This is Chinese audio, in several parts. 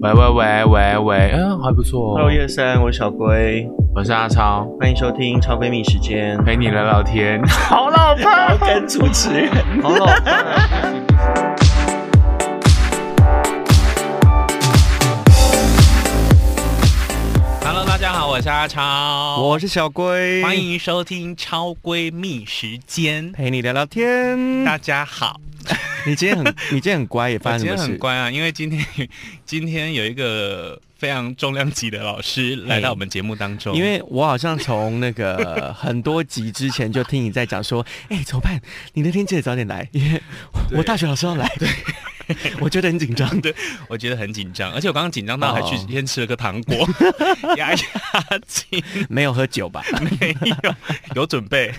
喂喂喂喂喂，嗯，还不错、 Hello，哦。叶三，我是小龟，我是阿超，欢迎收听超闺蜜时 间。陪你聊聊天。好老婆，要跟主持人，好老派。 Hello，大家好，我是阿超，我是小龟，欢迎收听超闺蜜时间。陪你聊聊 天。大家好，你今天很，你今天很乖耶，我嗯 发今生什天么很事？乖啊，因为今天 今天有一个非常重量级的老师来到我们节目当中，因为我好像从那个很多集之前就听你在讲说， 哎、怎么办？你那天记得早点来，因为我我大学老师要来，对， 我觉得很紧张。 对我觉得很紧张，而且我刚刚紧张到还去哦先吃了个糖 果压压惊，没有喝酒吧？没有有 准备，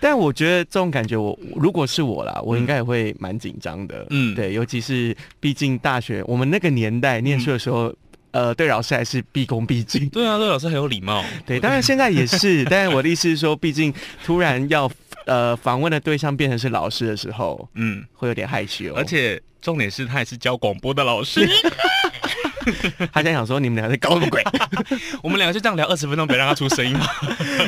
但我觉得这种感觉我，如果是我啦，我应该也会蛮紧张的。嗯嗯，对，尤其是毕竟大学，我们那个年代念书的时候，呃，对老师还是毕恭毕敬。对啊，对老师很有礼貌，对，当然现在也 是，但是我的意思是说，毕竟突然要呃访问的对象变成是老师的时候，嗯，会有点害羞。而且重点是他也是教广播的 老师，他在想说，你们俩在搞什么鬼？ 我们两个就这样聊二十分钟，别让他出声音。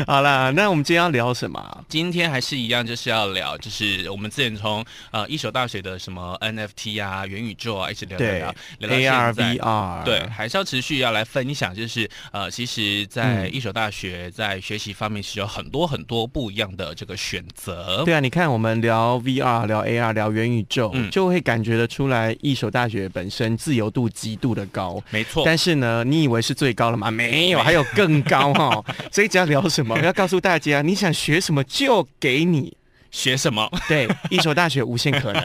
好啦，那我们今天要聊什么啊？今天还是一样，就是要聊，就是我们之前从呃一所大学的什么 NFT 啊、元宇宙啊，一直聊聊对聊聊到，AR 现在。 VR，对，还是要持续要来分享，就是呃，其实，在嗯一所大学在学习方面是有很多很多不一样的这个选择。对啊，你看我们聊 VR、聊 AR、聊元宇宙，嗯就会感觉得出来，一所大学本身自由度极度的高。没错，但是呢，你以为是最高了吗？没有，还有更 高哈、所以只要聊什么，要告诉大家，你想学什么就给你。学什么？ 对，一所大学无限可能。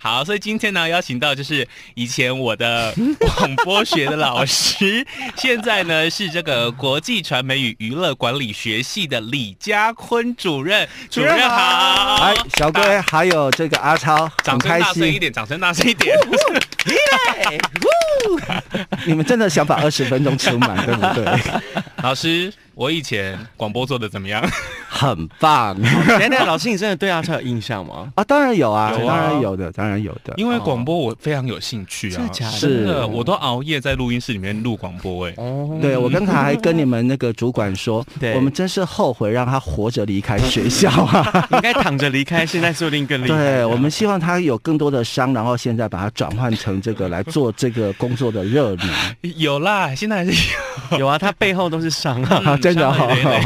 好，所以今天呢，邀请到就是以前我的广播学的老师， 现在呢是这个国际传媒与娱乐管理学系的李家坤主任。 主任好，哎，小龟还有这个阿超，很掌声开大声一心。点，掌声大声一点。你们真的想把二十分钟吃满，对不对？老师，我以前广播做的怎么样？很棒等等，老师，你真的对阿超有印象 吗？啊！当然有啊，有啊当然有的，当然有的。 因为广播我非常有兴趣真啊的，假的真的，是我都熬夜在录音室里面录广播哎。哦，对我刚才还跟你们那个主管说对，我们真是后悔让他活着离开学校啊！应该躺着离开，现在说不定更厉害。对我们希望他有更多的伤，然后现在把它转换成这个来做这个工作的热忱。有啦，现在还是 有啊，他背后都是伤啊。啊，真的伤好了一点，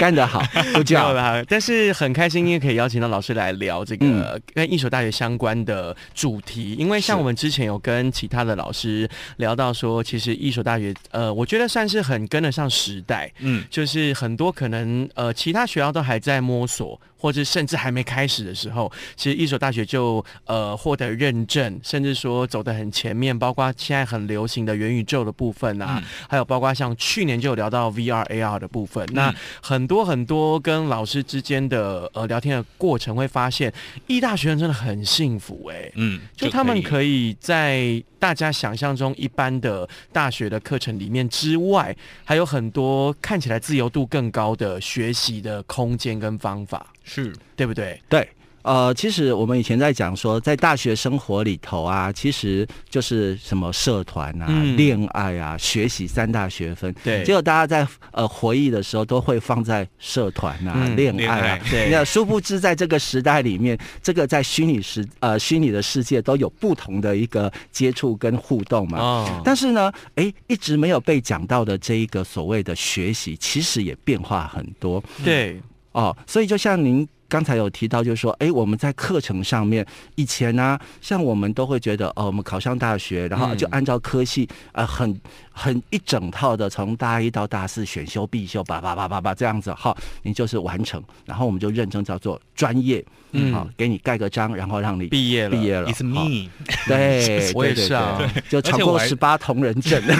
干得好，不没有 叫啦，但是很开心，因为可以邀请到老师来聊这嗯个跟一所大学相关的主题。因为像我们之前有跟其他的老师聊到说，其实一所大学，呃，我觉得算是很跟得上时代，嗯，就是很多可能呃其他学校都还在摸索，或者甚至还没开始的时候，其实一所大学就呃获得认证，甚至说走得很前面，包括现在很流行的元宇宙的部分啊，还有包括像去年就有聊到 VR AR 的部分，那很多很多跟老师之间的呃聊天的过程，会发现一大学生真的很幸福哎、嗯，就他们以可以在大家想象中一般的大学的课程里面之外，还有很多看起来自由度更高的学习的空间跟方法，是对不对？对，呃，其实我们以前在讲说，在大学生活里头啊，其实就是什么社团啊、嗯恋爱啊、学习三大学分。对结果大家在呃回忆的时候，都会放在社团啊、嗯恋恋爱爱啊。对那殊不知，在这个时代里面，这个在虚拟时呃虚拟的世界都有不同的一个接触跟互动嘛。哦，但是呢，诶，一直没有被讲到的这一个所谓的学习，其实也变化很多。对，哦，所以就像您刚才有提到，就是说，哎，我们在课程上面，以前呢、像我们都会觉得，哦，我们考上大学，然后嗯就按照科系，呃，很很一整套的，从大一到大四选修必修，叭叭叭叭叭这样子，哈、你就是完成，然后我们就认证叫做专业，嗯好、给你盖个章，然后让你毕业了，毕业了， ，It's 好 me。对， 我也对是啊，对对就而且超我过还十八同人证。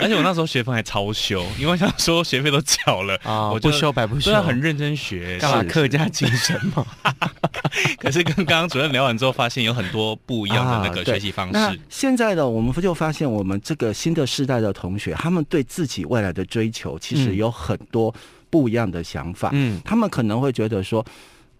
而且我那时候学分还超修，因为我想说学费都缴了，啊，我不就修白不修，对啊，很认真学。干嘛是客家精神嘛？可是跟刚刚主任聊完之后，发现有很多不一样的那个啊对学习方式。那现在呢，我们就发现我们这个新的世代的同学，他们对自己未来的追求，其实嗯有很多不一样的想法。嗯他们可能会觉得说，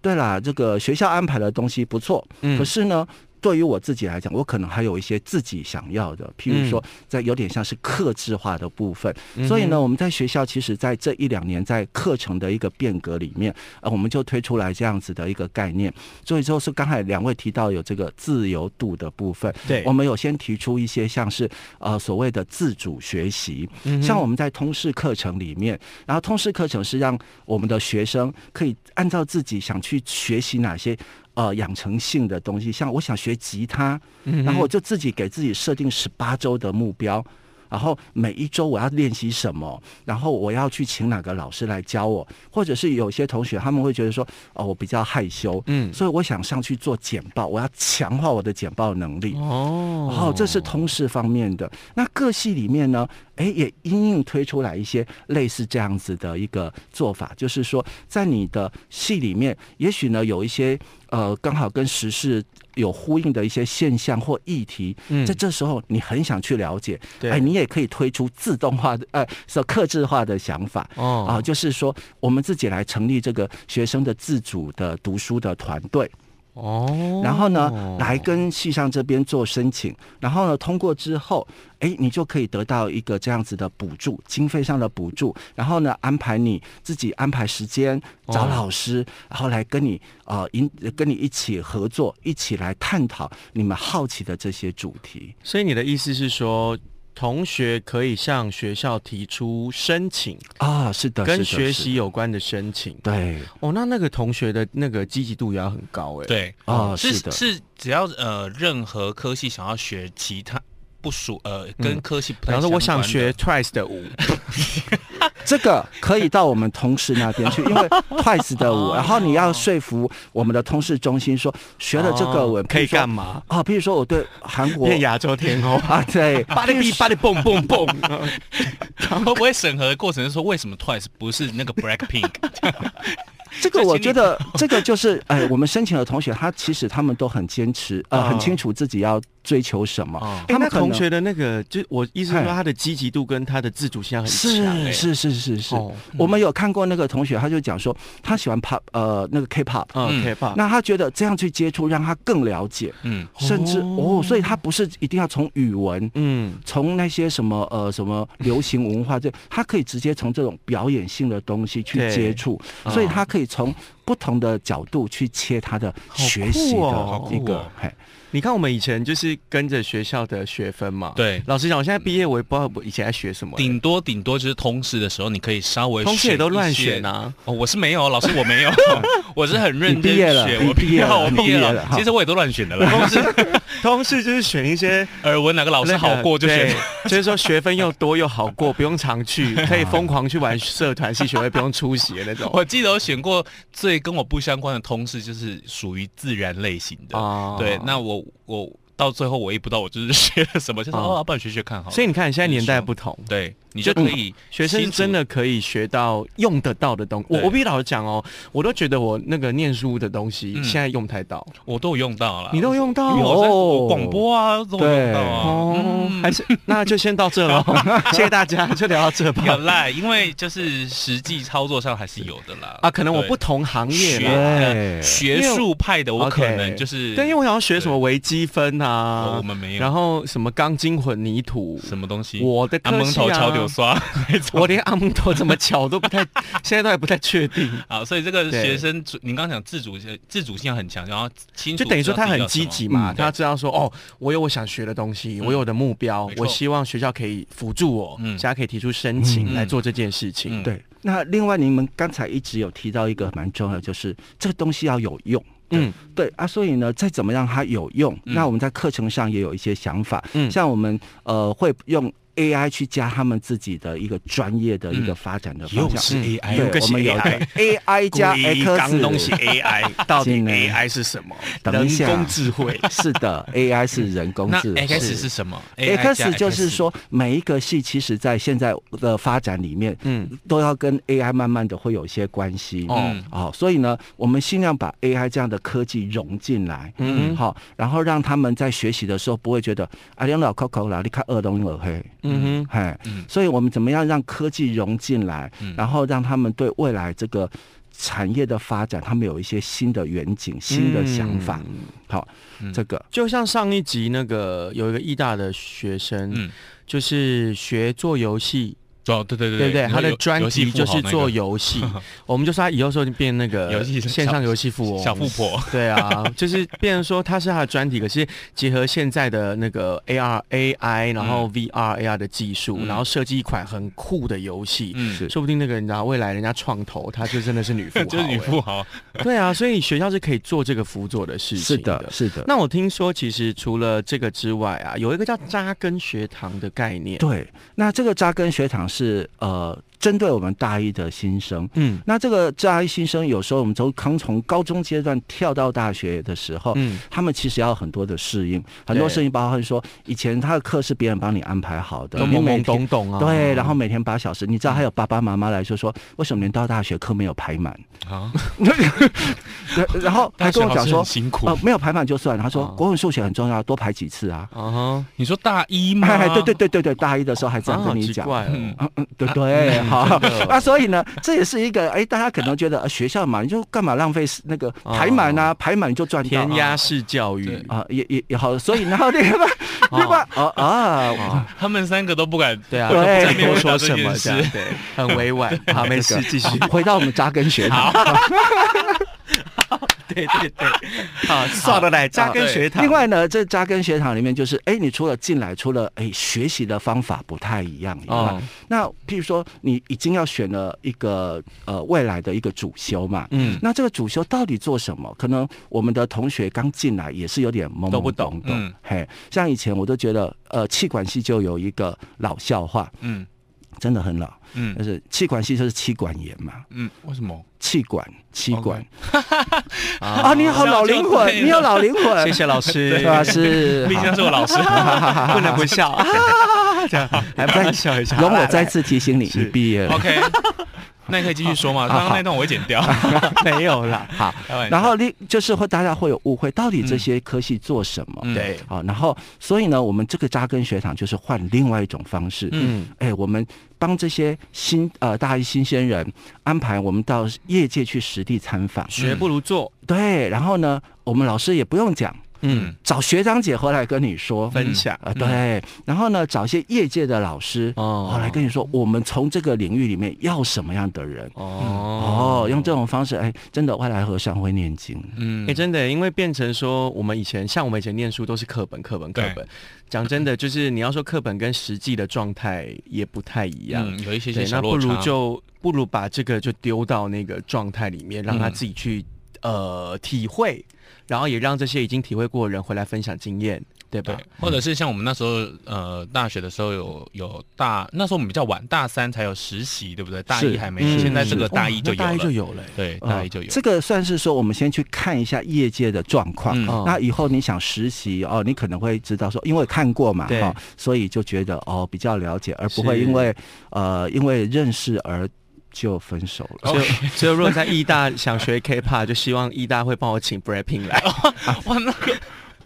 对啦，这个学校安排的东西不错，嗯可是呢。对于我自己来讲，我可能还有一些自己想要的，譬如嗯说在有点像是克制化的部分。所以呢，我们在学校其实在这一两年在课程的一个变革里面，呃，我们就推出来这样子的一个概念。所以就是刚才两位提到有这个自由度的部分，对我们有先提出一些像是呃所谓的自主学习，嗯像我们在通识课程里面，然后通识课程是让我们的学生可以按照自己想去学习哪些。呃，养成性的东西，像我想学吉他，嗯然后我就自己给自己设定十八周的目标，然后每一周我要练习什么，然后我要去请哪个老师来教我，或者是有些同学他们会觉得说，哦、我比较害羞，嗯所以我想上去做简报，我要强化我的简报能力。哦哦，这是通识方面的。那各系里面呢，诶，也因应推出来一些类似这样子的一个做法，就是说，在你的系里面，也许呢有一些呃，刚好跟时事。有呼应的一些现象或议题，在这时候你很想去了解，对哎，你也可以推出自动化的，呃，是克制化的想法，哦啊，就是说我们自己来成立这个学生的自主的读书的团队，哦然后呢，来跟系上这边做申请，然后呢通过之后，哎，你就可以得到一个这样子的补助，经费上的补助，然后呢安排你自己安排时间，找老师，哦然后来跟你呃引跟你一起合作，一起来探讨你们好奇的这些主题。所以你的意思是说，同学可以向学校提出申请，啊、是的，跟是的学习有关的申请。对哦，那那个同学的那个积极度也要很高哎。，对，啊、是是的，是只要呃任何科系想要学其他不属呃跟科系比不太方嗯相关的，说我想学 Twice 的舞，这个可以到我们同事那边去，因为 Twice 的舞，然后你要说服我们的通事中心说学了这个哦舞、可以比如说干嘛？啊，比如说我对韩国。变亚洲天后 啊，对，巴力比巴力蹦蹦 蹦，会不会审核的过程是说为什么 Twice 不是那个 Black Pink？这个我觉得这个就是，哎，我们申请的同学，他其实他们都很坚持，呃，很清楚自己要追求什么，他他们们可能同学的啊哎那哎个，就我意思是说，嗨他的积极度跟他的自主性要很强哎是。是是是是哦，我们有看过那个同学，他就讲说他喜欢 pop，呃，那个 K-pop，嗯，K 吧。那他觉得这样去接触，让他更了解，嗯，甚至哦，所以他不是一定要从语文。嗯，从那些什么呃什么流行文化这，他可以直接从这种表演性的东西去对接触，哦所以他可以从不同的角度去切他的学习哦好的酷哦一个。好酷哦嘿你看我们以前就是跟着学校的学分嘛。。对，老实讲，我现在毕业，我也不知道我以前在学什么。哎顶多顶多就是通识的时候，你可以稍微同学也都乱选选啊。哦，我是没有，老师 我没有，我是很认你真毕业了学，你我毕业 了我你毕业毕业了了。哈其实我也都乱选的啦，都 是通识就是选一 些耳闻哪个老师好过就选对。 就是说学分又多又好过，不用常去， 可以疯狂去玩社团系学会，不用出席的那种。 我记得我选过最跟我不相关的通识，就是属于自然类型的。哦对，那我我到最后我也不知道我就是学了什么，就说哦哦，不然学学看好了。所以你看，现在年代你说不同，对你就可以学生清楚真的可以学到用得到的东西。我对我必须老实讲哦，我都觉得我那个念书的东西嗯现在用不太到，我都有用到了，你都用到因为有我在我广播啊都有用到啊。哦，嗯还是那就先到 这喽，谢谢大家，就聊到这有吧。啦，因为就是实际操作上还是有的啦。啊，可能我对不同行业学啦，呃学术派的，我可 OK 能就是对，因为我想要学什么微积分哦啊我，们没有然后什么钢筋混凝土，什么东西，我的阿科蒙系头啊超流刷 那种我连阿蒙头怎么巧都不 太，现在都还不太确定。啊，所以这个对学生主，您刚讲自主性自主性很强，然后清楚就等于说知道他自己很要什么积极嘛，嗯他知道说哦，我有我想学的东西，我有我的目标嗯没，错我希望学校可以辅助我，嗯大家可以提出申嗯请来做这件事情嗯。对，那另外你们刚才一直有提到一个蛮重要的，就是这个东西要有用。嗯，对啊，所以呢，再怎么让它有用，那我们在课程上也有一些想法，嗯像我们呃会用 AI 去加他们自己的一个专业的一个发展的方向。 AI，对，嗯个我是们有 AI，个 AI 加故意刚 X 东西 AI，到 底进来 AI 是什么？等一人下工智慧。 是的，AI 是人工那智能。 X 是什么 X 加就是 X 说，每一个系其实在现在的发展里面， 嗯，都要跟 AI 慢慢的会有一些关系。哦嗯哦，所以呢，我们尽量把 AI 这样的科技融进来，嗯好、然后让他们在学习的时候不会觉得啊，你老 Coco 啦，你看二龙二黑，嗯嗯哼，嘿，嗯所以我们怎么样让科技融进来，然后让他们对未来这个产业的发展，他们有一些新的远景、新的想法。嗯好，这个就像上一集那个有一个艺大的学生，嗯，就是学做游戏，哦，对对对对不对？你说他的游专游戏辑富就豪是那个做游 戏，我们就说他以后说变那个游戏小线上游戏富翁，小富婆，对啊，就是变成说它是它的专题，可是结合现在的那个 AR、AI，然后 VR、AR 的技术，嗯然后设计一款很酷的游戏。嗯， 是说不定那个你知道，未来人家创投，她就真的是女富豪、就是女富豪，欸对啊，所以学校是可以做这个辅佐的事是情的，是的。那我听说，其实除了这个之外啊，有一个叫扎根学堂的概念。，对，那这个扎根学堂是呃，针对我们大一的新生。嗯那这个大一新生，有时候我们从刚从高中阶段跳到大学的时候，嗯，他们其实要很多的适应，很多对适应包含说，以前他的课是别人帮你安排好的，都你懵每懵天懂懂啊。对，然后每天八小时，你知道还有爸爸妈妈来说说，为什么连到大学课没有排满？啊，然然后 还大学 跟我老讲师说很，辛苦呃，，没有排满就算了。他说哦国文数学很重要，多排几次啊。啊哈，你说大一吗？哎， 对对，对对对，大一的时候还这样嗯啊跟你好奇讲，怪哦嗯嗯嗯，对对，好真的那所以呢，这也是一个哎，大家可能觉得呃学校嘛，你就干嘛浪费时那个排满啊，排满就赚到哦填啊鸭式教育对啊，也也也好，所以然后另 外哦另外啊啊，他们三个都不敢，对啊，对都不哎知道面多对说到什这么件这样事，对，很委 婉。好，没事，继续。回到我们扎根学堂。 对对对，好， 算了，来扎根学堂。另，外呢，这扎根学堂里面就是，哎，你除了进来，除了哎学习的方法不太一样以外，哦那譬如说你已经要选了一个呃未来的一个主修嘛，嗯，那这个主修到底做什么？可能我们的同学刚进来也是有点懵懵都不懂懂嗯嘿，像以前我都觉得，呃，气管系就有一个老笑话，嗯真的很老，嗯就是气管系就是气管炎嘛，嗯，为什么？气管气管 OK 啊，你好老灵这样就魂，对了你有老灵 魂，谢谢老师 对，吧？是毕好竟是我老师，不能不笑， 这样还 不能笑一下。容我再次提醒你，你毕业 了。OK，那你可以继续说嘛，刚刚那段我会剪 掉。没有啦。好，开玩笑然后另就是会大家会有误会，到底这些科系做什么？嗯对，好，然后所以呢，我们这个扎根学堂就是换另外一种方式。嗯，哎，我们帮这些新呃大一新鲜人安排，我们到业界去实地参访。学不如做，对，然后呢，我们老师也不用讲，嗯，找学长姐回来跟你说。分享。嗯啊，对，然后呢，找一些业界的老师，哦哦，来跟你说，我们从这个领域里面要什么样的人，哦哦，用这种方式，哎，真的外来和尚会念经，哎、嗯真的，因为变成说我们以前像我们以前念书都是课本、课本、课对本。讲真的，就是你要说课本跟实际的状态也不太一样。嗯，有一些些对，小那落不如差。就不如把这个就丢到那个状态里面，让他嗯自己去、呃体会，然后也让这些已经体会过的人回来分享经验，对吧对？，或者是像我们那时候，呃，大学的时候有有大，那时候我们比较晚，大三才有实习，对不对？大一还没有，嗯现在这个哇大一就那大有一就了。有哦了、对，呃大一就有。这个算是说，我们先去看一下业界的状况。嗯哦那以后你想实习哦，你可能会知道说，因为看过嘛，对哈、所以就觉得哦比较了解，而是不会因为呃因为认识而就分手了。所以，所以如果在艺大想学 K-pop，就希望艺大会帮我请 Breaking 来，哇，那个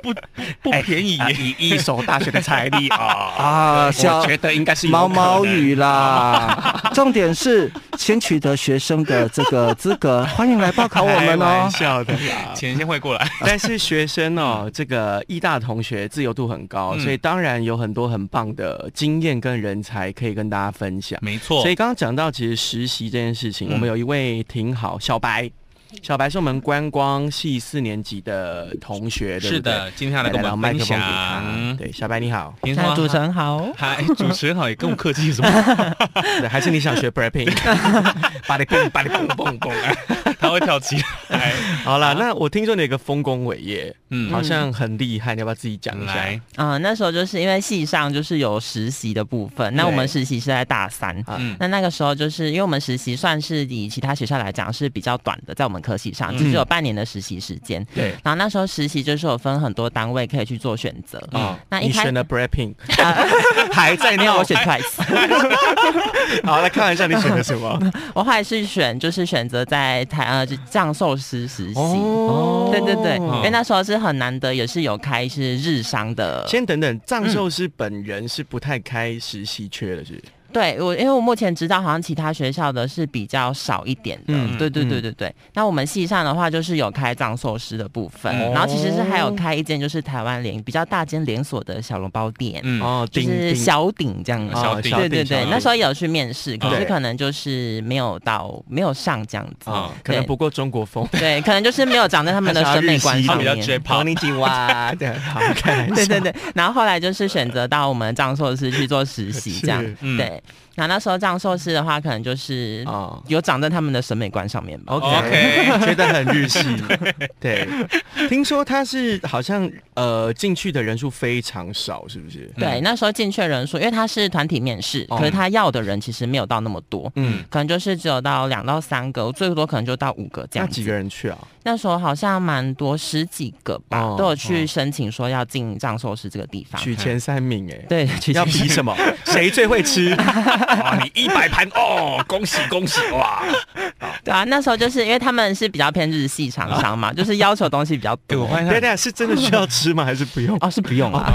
不不便宜啊耶，以一手大学的财 力啊，啊，我小觉得应该是有毛可毛能雨啦！重点是先取得学生的这个资格，欢迎来报考我开们哦玩。笑的啦。钱先汇过来。 但是学生哦，这个艺大同学自由度很高，嗯所以当然有很多很棒的经验跟人才可以跟大家分享。没错所以刚刚讲到其实实习这件事情，嗯我们有一位挺好小白，嗯小白是我们观光系四年级的同学，对不对是的，，今天要来来跟来我来，麦们克分风给他享。。对，小白你好， 平常主持人好，嗨， 主持人好，也跟我客气什么？对，还是你想学 breaking？ 把你蹦，把你蹦蹦蹦，啊 他会跳起来。好啦，那我听说你有一个丰功伟业，嗯，好像很厉害，你要不要自己讲一下 来？，嗯、那时候就是因为系上就是有实习的部分，那我们实习是在大三。啊嗯那那个时候，就是因为我们实习算是以其他学校来讲是比较短的，在我们科系上只有半年的实习时间。嗯对然后那时候实习就是有分很多单位可以去做选择。嗯哦啊，那你一开哦选了 breaking， 还在那我选 twice， 好，来看玩笑，你选的什 么？嗯我后来是选就是选择在台呃就藏寿司实习。哦对对对，哦因为那时候是很难得，也是有开是日商的。先等等，藏寿司本人是不太开实习缺的，是不是？对我，因为我目前知道好像其他学校的是比较少一点的，嗯对对对嗯对对。那我们系上的话，就是有开藏寿司的部分，嗯然后其实是还有开一间就是台湾连比较大间连锁的小笼包店，嗯，哦，就顶是顶小鼎这样子。哦小鼎对对对，那时候候也有去面试，可是对可能就是没有到没有上这样子，啊，可能对不够中国风，对，可能就是没有长在他们的审美观上他比较面。 J-pop，你几哇的，好 看。对对对，然后后来就是选择到我们藏寿司去做实习，这样是嗯对。那那时候藏寿司的话，可能就是哦有长在他们的审美观上面吧。 OK 觉得很日系。 对，听说他是好像呃进去的人数非常少，是不是？对，那时候进去的人数，因为他是团体面试，嗯哦可是他要的人其实没有到那么多，嗯，可能就是只有到两到三个，最多可能就到五个这那样几子。个人去啊？那时候好像蛮多，十几个吧，哦都有去申请说要进藏寿司这个地方。取前三名哎、 对，去要比什么？谁最会吃？哇，你一百盘哦，恭喜恭喜哇！ 对啊，那时候就是因为他们是比较偏日系厂商 嘛，就是要求东西比较对，多我。发现等一下，是真的需要吃吗？还是不用？哦，是不用啊。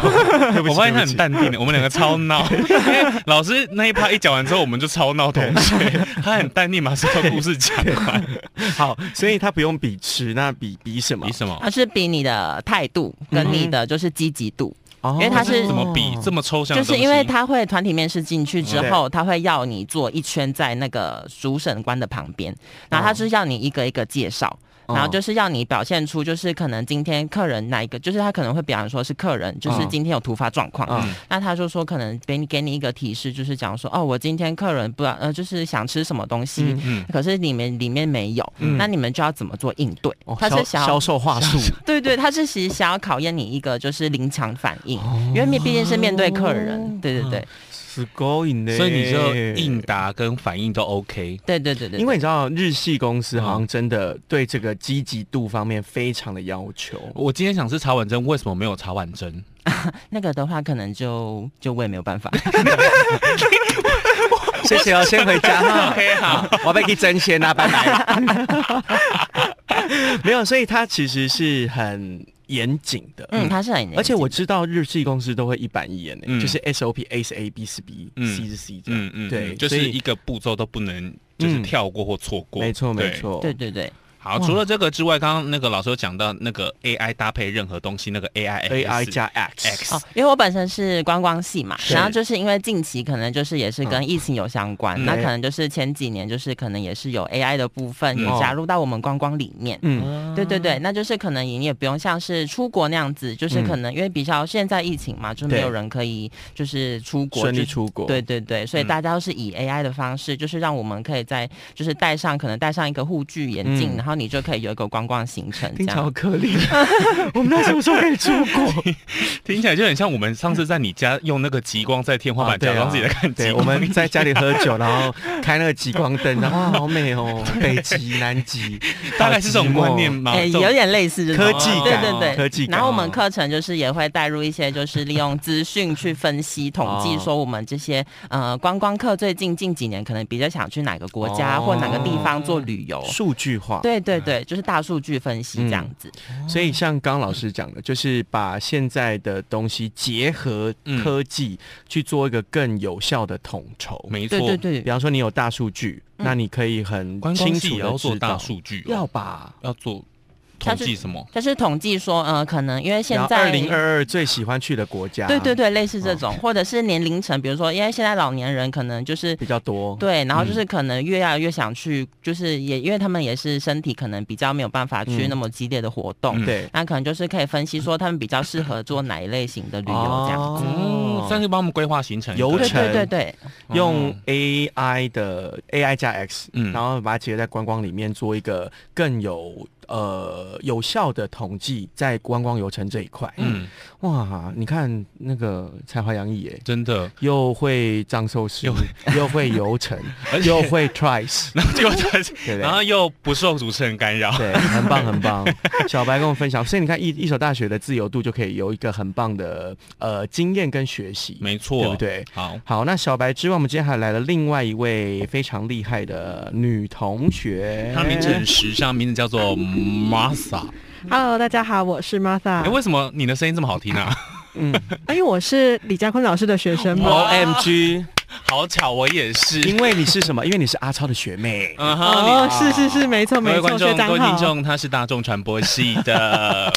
对不我起，发现对不他很起淡定的，我们两个超 闹。因为老师那一趴一讲完之后，我们就超闹同 学，他很淡定，把所有故事讲完。 好，所以他不用比吃，那比比什么比？什么？它是比你的态度嗯跟你的就是积极度，哦因为他是嗯怎么比这么抽象就的东西？嗯是因为他会团体面试进去之后，他会要你做一圈在那个主审官的旁哦边，然后他是要你一个一个介绍。哦然后就是要你表现出，就是可能今天客人哪一个，就是他可能会表扬说是客人，就是哦嗯今天有突发状况，嗯那他就说可能给你给你一个提示，就是讲说哦，我今天客人不知道呃，就是想吃什么东西，嗯可是你们里面没有，嗯那你们就要怎么做应对？哦他销是想要销售话 术，对对，他是其实想要考验你一个就是临场反应，哦因为你毕竟是面对客人，对对嗯对，是勾引的。所以你就应答跟反应都 OK。对对对对，因为你知道日系公司好像嗯真的对这个积极度方面非常的要求。我今天想吃茶碗蒸，为什么没有茶碗蒸？那个的话，可能就就我也没 有办法。谢谢哦，先回家哈。 OK，好，我被给争先啦，拜拜。 没有，所以他其实是很严谨的，嗯，他是很严谨，而且我知道日系公司都会一板一眼的、欸嗯就是 SOP A 是 A B 是 B、嗯 C 是 C 这样。嗯嗯，对，就所是以一个步骤都不能就是嗯跳过或错过。没错对没。错。对对对，好，除了这个之外，刚刚那个老师有讲到那个 AI 搭配任何东西，那个 AI AI 加 X，, X 哦，因为我本身是观光系嘛，是然后就是因为近期可能就是也是跟疫情有相关，嗯那对可能就是前几年就是可能也是有 AI 的部分嗯有加入到我们观光里面，嗯，对对对，那就是可能你也不用像是出国那样子，就是可能因为比较现在疫情嘛，就是没有嗯对人可以就是出国顺利就出国。对，对对，所以嗯大家都是以 AI 的方式，就是让我们可以在就是戴上可能戴上一个护具眼镜，嗯然后你就可以有一个观光行程这听起来好样。可怜。我们那什么时候可以出国？听起来就很像我们上次在你家用那个极光在天花啊板对啊假装自己在看极对，光。我们在家里喝酒，然后开那个极光灯，然后哇，好美哦，北极、南极， 大概是这种观念好吗？哎、这种有点类似这种啊科技对感哦对对，科技感然后我们课程就是也会带入一些，就是利用资讯去分析、统计，哦说我们这些呃观光客最近近几年可能比较想去哪个国哦家、啊或哪个地方做旅游寂寞。数据化。对对对，就是大数据分析这嗯样子。所以像刚刚老师讲的，就是把现在的东西结合嗯科技去做一个更有效的统筹。没错，对对对比，方说你有大数据，嗯那你可以很观光清系楚也的要做知大道，数据、哦，要吧？要做它统是计什么？就是统计说，呃，可能因为现在二零二二最喜欢去的国啊家，对对对，类似这种，哦或者是年龄层，比如说，因为现在老年人可能就是比较多。对，然后就是嗯可能越来越想去，就是也因为他们也是身体可能比较没有办法去嗯那么激烈的活动，嗯对，那可能就是可以分析说他们比较适合做哪一类型的旅游这样子。哦，算是帮我们规划行程，游对程对对对，用 AI 的 AI 加 X，哦嗯然后把它结合在观光里面做一个更有呃有效的统计，在观光游程这一块。嗯，哇，你看那个才华洋溢耶，真的， 又会藏寿司，又又会游程 而，且又会 Twice，然后结果他，对不然后对？又不受主持人干扰，对，很棒很棒。小白跟我分享，所以你看一一所大学的自由度就可以有一个很棒的呃经验跟学习，没错，对不？对？好，好，那小白之外，我们今天还来了另外一位非常厉害的女同学， 她的名字很时尚，名字叫做啊 Masa。 Hello，大家好，我是哎、 Martha。为什么你的声音这么好听啊？嗯哦哎，因为我是李佳坤老师的学生嘛， ，O M G，好巧，我也是。因为你是什么？因为你是阿超的学妹。嗯哼，你哦，是是是，没错各没位错，观众学、长各位听好。众，他是大众传播系 的。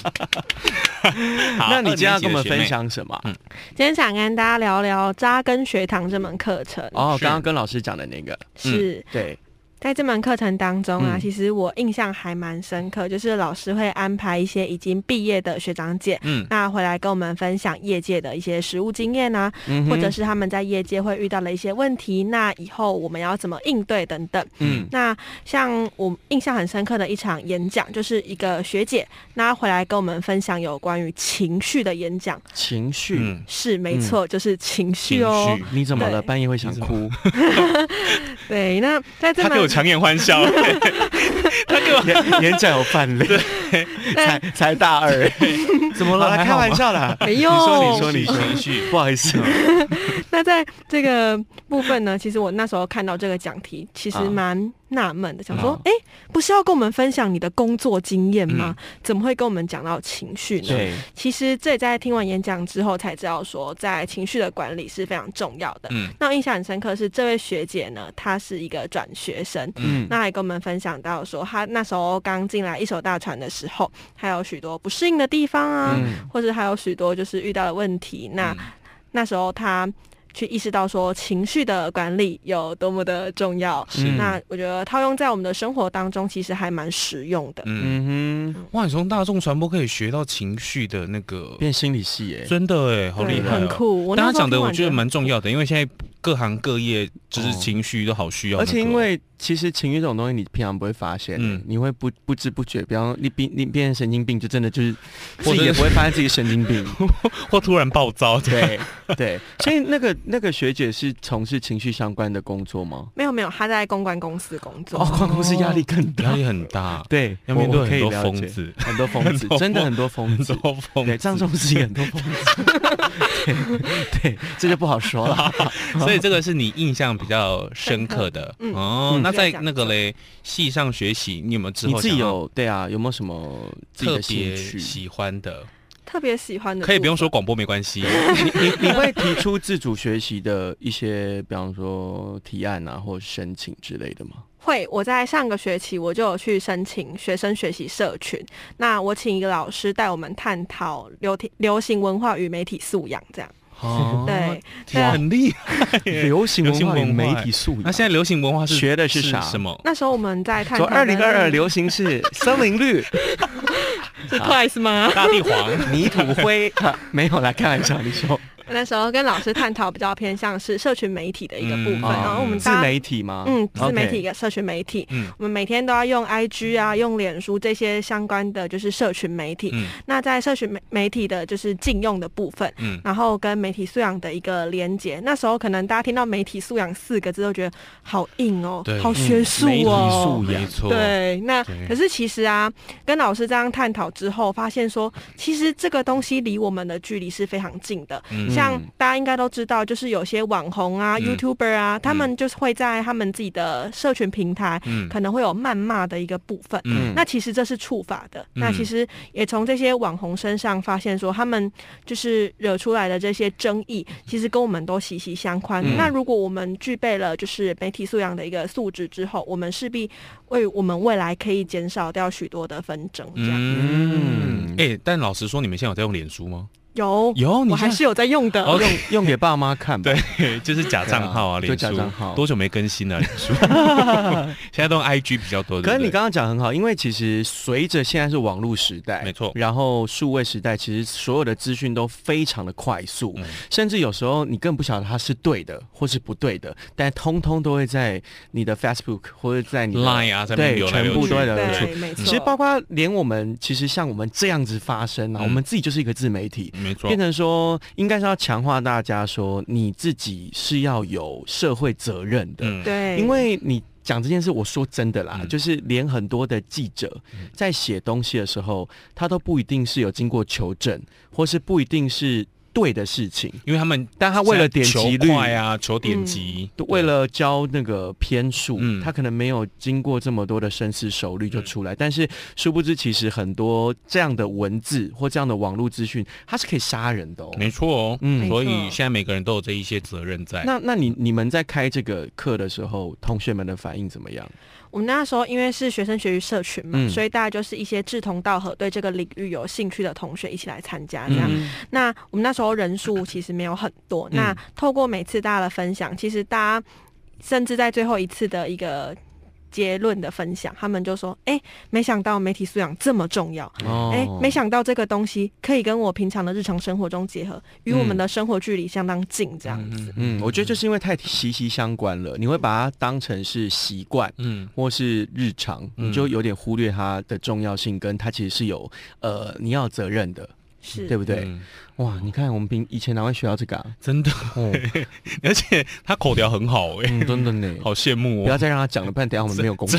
好那你今天要跟我们二年级的学妹分享什么？今天想跟大家聊聊扎根学堂这门课程。哦，刚刚跟老师讲的那个，嗯是对，在这门课程当中啊，嗯其实我印象还蛮深刻，就是老师会安排一些已经毕业的学长姐，嗯那回来跟我们分享业界的一些实务经验啊，嗯哼或者是他们在业界会遇到的一些问题，那以后我们要怎么应对等等。嗯那像我印象很深刻的一场演讲，就是一个学姐，那回来跟我们分享有关于情绪的演讲，情绪，嗯，是没错，就是情绪哦。情绪你怎么了？对半夜会想哭？ 对，那在这他给我门强颜 欢笑，他给我演演讲有犯泪，才才大二， 怎么了还好吗开玩笑啦。没有，你说你说情绪， 不好意思，那在这个部分呢，其实我那时候看到这个讲题，其啊实蛮纳闷的，想说，哎、不是要跟我们分享你的工作经验吗？怎么会跟我们讲到情绪呢？嗯对，其实这也在听完演讲之后才知道说，在情绪的管理是非常重要的。嗯那我印象很深刻是这位学姐呢，她是一个转学生，嗯那还跟我们分享到说，她那时候刚进来一手大船的时候，还有许多不适应的地方啊，嗯或者还有许多就是遇到的问题。那、那时候她去意识到说情绪的管理有多么的重要。是那我觉得套用在我们的生活当中，其实还蛮实用的。嗯，嗯哼，哇，你从大众传播可以学到情绪的那个，变心理系耶，真的哎，好对厉害哦，很酷。我那但他时候讲的听我完觉得蛮重要的，因为现在各行各业就是情绪都好需要那而个、且因为其实情绪这种东西，你平常不会发现，嗯你会不不知不觉，比方你变你变成神经病，就真的就是或自者己也不会发现自己神经 病。或突然暴躁，对，对对，所以那个那个学姐是从事情绪相关的工作吗？没有没有，她在公关公司工作。哦，矿公司压力更压大，力很大，对，要面对我我可很以多了疯解，子， 很多疯子很，多真的很多疯很子。多疯对，子张，仲基也很多疯子， 对对，这就不好 说啊了。所以这个是你印象比较深刻的。嗯哦嗯，那在那个嘞系上学习，你有没有之你后自己想要有对啊，有没有什么自己特的兴别趣？喜欢的？特别喜欢的，可以不用说。广播没关 系，你你会提出自主学习的一些，比方说提案啊，或申请之类的吗？会，我在上个学期我就有去申请学生学习社群。那我请一个老师带我们探讨流体流行文化与媒体素养，这样。哦，对，哇，那很厉害耶。流行文流行化文与化媒体素养。那现在流行文化是学的是啥什么？那时候我们在探说讨二零二二流流行 是森林绿、 是 Twice 吗？大地黄， 泥土灰，啊没有啦，开玩笑。你说那时候跟老师探讨比较偏向是社群媒体的一个部分，嗯哦然后我们自大家媒体吗？嗯自媒体 OK。跟社群媒体。嗯我们每天都要用 IG 啊，用脸书这些相关的就是社群媒体。嗯那在社群媒媒体的就是禁用的部分， 嗯，然后跟媒体素养的一个连接。那时候可能大家听到媒体素养四个字都觉得好硬哦对，嗯好学术媒体哦。素养没错，对，那对可是其实啊，跟老师这样探讨之后，发现说，嗯其实这个东西离我们的距离是非常近的。嗯像大家应该都知道，就是有些网红啊、嗯 YouTuber 啊，他们就是会在他们自己的社群平台，嗯可能会有谩骂的一个部分。嗯那其实这是触法的。嗯那其实也从这些网红身上发现说，他们就是惹出来的这些争议，其实跟我们都息息相关。嗯那如果我们具备了就是媒体素养的一个素质之后，我们势必为我们未来可以减少掉许多的纷争。这样、嗯，哎、嗯但老实说，你们现在有在用脸书吗？有有你我还现在是有在用的。哦用用给爸妈看吧。对，就是假账号啊，对啊脸、就假书账号多久没更新了？脸 书现在都用 IG 比较多。可是你对不对刚刚讲很好，因为其实随着现在是网络时代，没错然后数位时代，其实所有的资讯都非常的快速，嗯甚至有时候你更不晓得它是对的或是不对的，但通通都会在你的 Facebook 或者在你的 Line 啊，在对那边流来全部流去都会，流对出。没错。其实包括连我们，其实像我们这样子发声啊，嗯我们自己就是一个自媒体，没错变。成说应该是要强化大家说你自己是要有社会责任的，嗯，对，因为你讲这件事，我说真的啦，嗯就是连很多的记者在写东西的时候，他都不一定是有经过求证，或是不一定是。对的事情，因为他们但他为了点击率求快啊，求点击，都为了教那个篇数，嗯他可能没有经过这么多的深思熟虑就出来。但是殊不知，其实很多这样的文字或这样的网络资讯，它是可以杀人的哦。没错哦。嗯没所以错现在每个人都有这一些责任在。那那你你们在开这个课的时候，同学们的反应怎么样？我们那时候因为是学生学习社群嘛，嗯所以大家就是一些志同道合、对这个领域有兴趣的同学一起来参加这样。嗯那我们那时候人数其实没有很多，那透过每次大家的分享，其实大家甚至在最后一次的一个。结论的分享，他们就说：“哎、没想到媒体素养这么重要，哦哎、没想到这个东西可以跟我平常的日常生活中结合，与我们的生活距离相当近，这样子。嗯，我觉得就是因为太息息相关了，你会把它当成是习惯。嗯，或是日常，嗯你就有点忽略它的重要性，跟它其实是有呃你要有责任的，是对不对？嗯哇，你看我们平以前哪会学到这个 啊？真的，哦，而且他口条很好哎，嗯，真的呢，好羡慕不要哦。再让他讲了，不然等一下我们没有工作。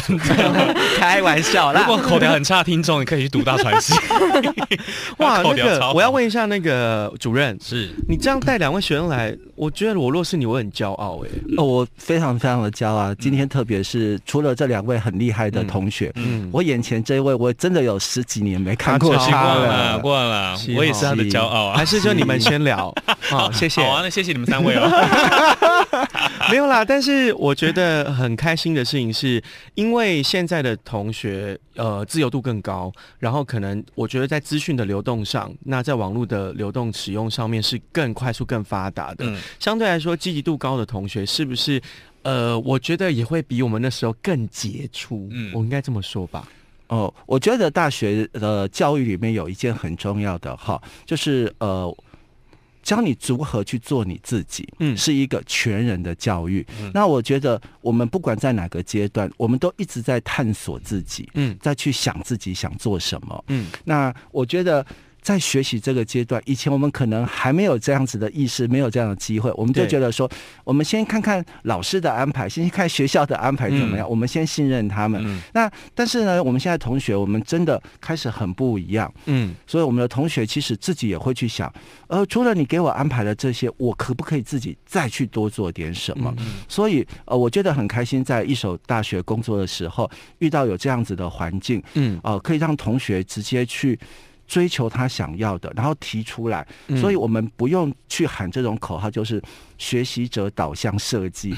开玩笑如啦，果口条很差的听众，你可以去读大传 系。哇，口那条超个好我要问一下那个主任，是你这样带两位学生来，我觉得我若是你，我会很骄傲哎、哦，我非常非常的骄傲。今天特别是除了这两位很厉害的同学，嗯，我眼前这一位，我真的有十几年没看过他习超他惯了，了。惯了，我也是他的骄傲啊还。是就你们先 聊，好，谢谢。好啊，那谢谢你们三位 哦。没有啦，但是我觉得很开心的事情是，因为现在的同学呃自由度更高，然后可能我觉得在资讯的流动上，那在网络的流动使用上面是更快速、更发达的。嗯相对来说，积极度高的同学是不是？呃，我觉得也会比我们那时候更杰出，嗯我应该这么说吧。哦，我觉得大学的教育里面有一件很重要的哈，就是呃。教你如何去做你自己，嗯是一个全人的教育。那我觉得，我们不管在哪个阶段，我们都一直在探索自己，嗯再去想自己想做什么。嗯，那我觉得。在学习这个阶段，以前我们可能还没有这样子的意识，没有这样的机会，我们就对觉得说，我们先看看老师的安排，先看学校的安排怎么样，嗯我们先信任他们。嗯那但是呢，我们现在同学，我们真的开始很不一样，嗯所以我们的同学其实自己也会去想，呃，除了你给我安排的这些，我可不可以自己再去多做点什么？嗯所以呃，我觉得很开心，在一所大学工作的时候，遇到有这样子的环境，嗯，呃，可以让同学直接去追求他想要的，然后提出来。嗯所以我们不用去喊这种口号，就是学习者导向 设计。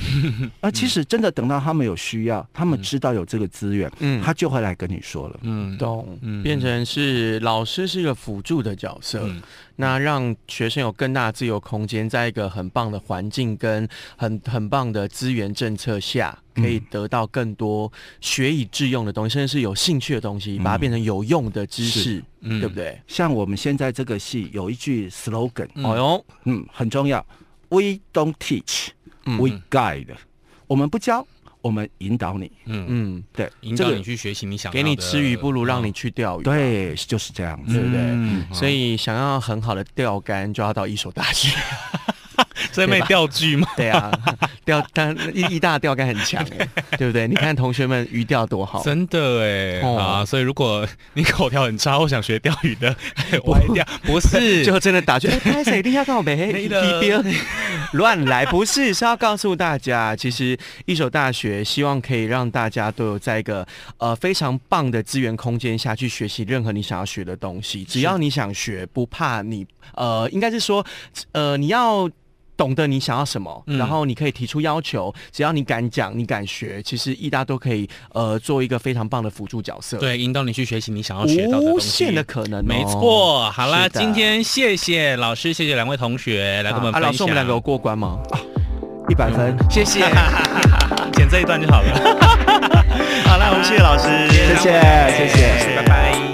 而其实真的等到他们有需要，他们知道有这个资源，嗯他就会来跟你说了。嗯，懂，嗯变成是老师是一个辅助的角色，嗯那让学生有更大的自由空间，在一个很棒的环境跟很很棒的资源政策下，嗯可以得到更多学以致用的东西，甚至是有兴趣的东西，把它变成有用的知识，嗯对不对？像我们现在这个系有一句 slogan，嗯哦哟，嗯，很重要，We don't teach, 嗯 we guide。我们不教，我们引导你。嗯，嗯，对，引这导个你去学习你想要给的你吃鱼不如让你去钓鱼，对，就是这样子。对不对？嗯所以想要很好的钓竿，就要到一所大学。 这卖钓具吗？对啊，钓但一一大钓竿很强哎，对不对？你看同学们鱼钓多好，真的哎哦啊！所以如果 你口条很差，或想学钓鱼 的，歪掉不 是就真的打去，哎拍 谁一定要告白，那一个 边乱来，不是是要告诉大家，其实一所大学希望可以让大家都有在一个呃非常棒的资源空间下去学习任何你想要学的东西，只要你想学，不怕你呃，应该是说呃你要。懂得你想要什么，嗯然后你可以提出要求，只要你敢讲，你敢学，其实艺大都可以呃做一个非常棒的辅助角色，，对，引导你去学习你想要学到的无东西限的可能哦、没错，好啦，是的今天谢谢老师，谢谢两位同学来跟我们啊，分享。老师，我们两 个有过关吗？啊一百分，谢谢， 剪这一段就好了。好了，我们谢谢老师，谢谢，谢谢。拜拜。